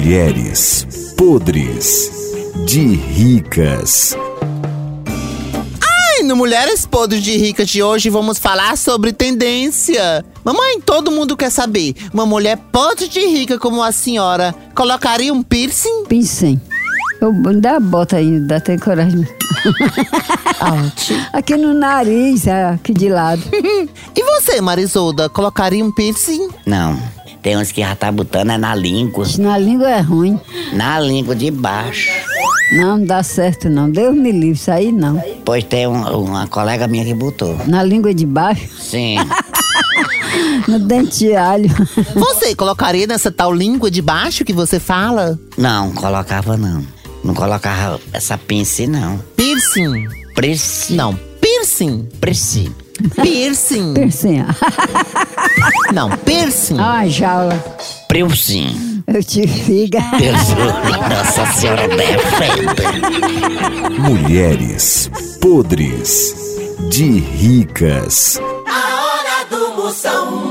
mulheres podres de ricas. E no Mulheres Podres de Ricas de hoje vamos falar sobre tendência. Mamãe, todo mundo quer saber. Uma mulher podre de rica como a senhora colocaria um piercing? Pensem. Eu dá a bota aí, dá até coragem. Aqui no nariz, é, aqui de lado. E você, Marisolda, colocaria um piercing? Não. Tem uns que já tá botando é na língua. Isso na língua é ruim. Na língua de baixo. Não, não dá certo não. Deus me livre, isso aí não. Pois tem um- uma colega minha que botou. Na língua de baixo, Sim. no dente de alho. Você colocaria nessa tal língua de baixo que você fala? Não, colocava não. Não colocava essa pince, não. Piercing? Preci. Não, piercing. Preci. Piercing. Piercing. Não, piercing. Ah, jaula. Preucim. Eu te fico. Nossa senhora defenda. Mulheres podres de ricas. A hora do Moção.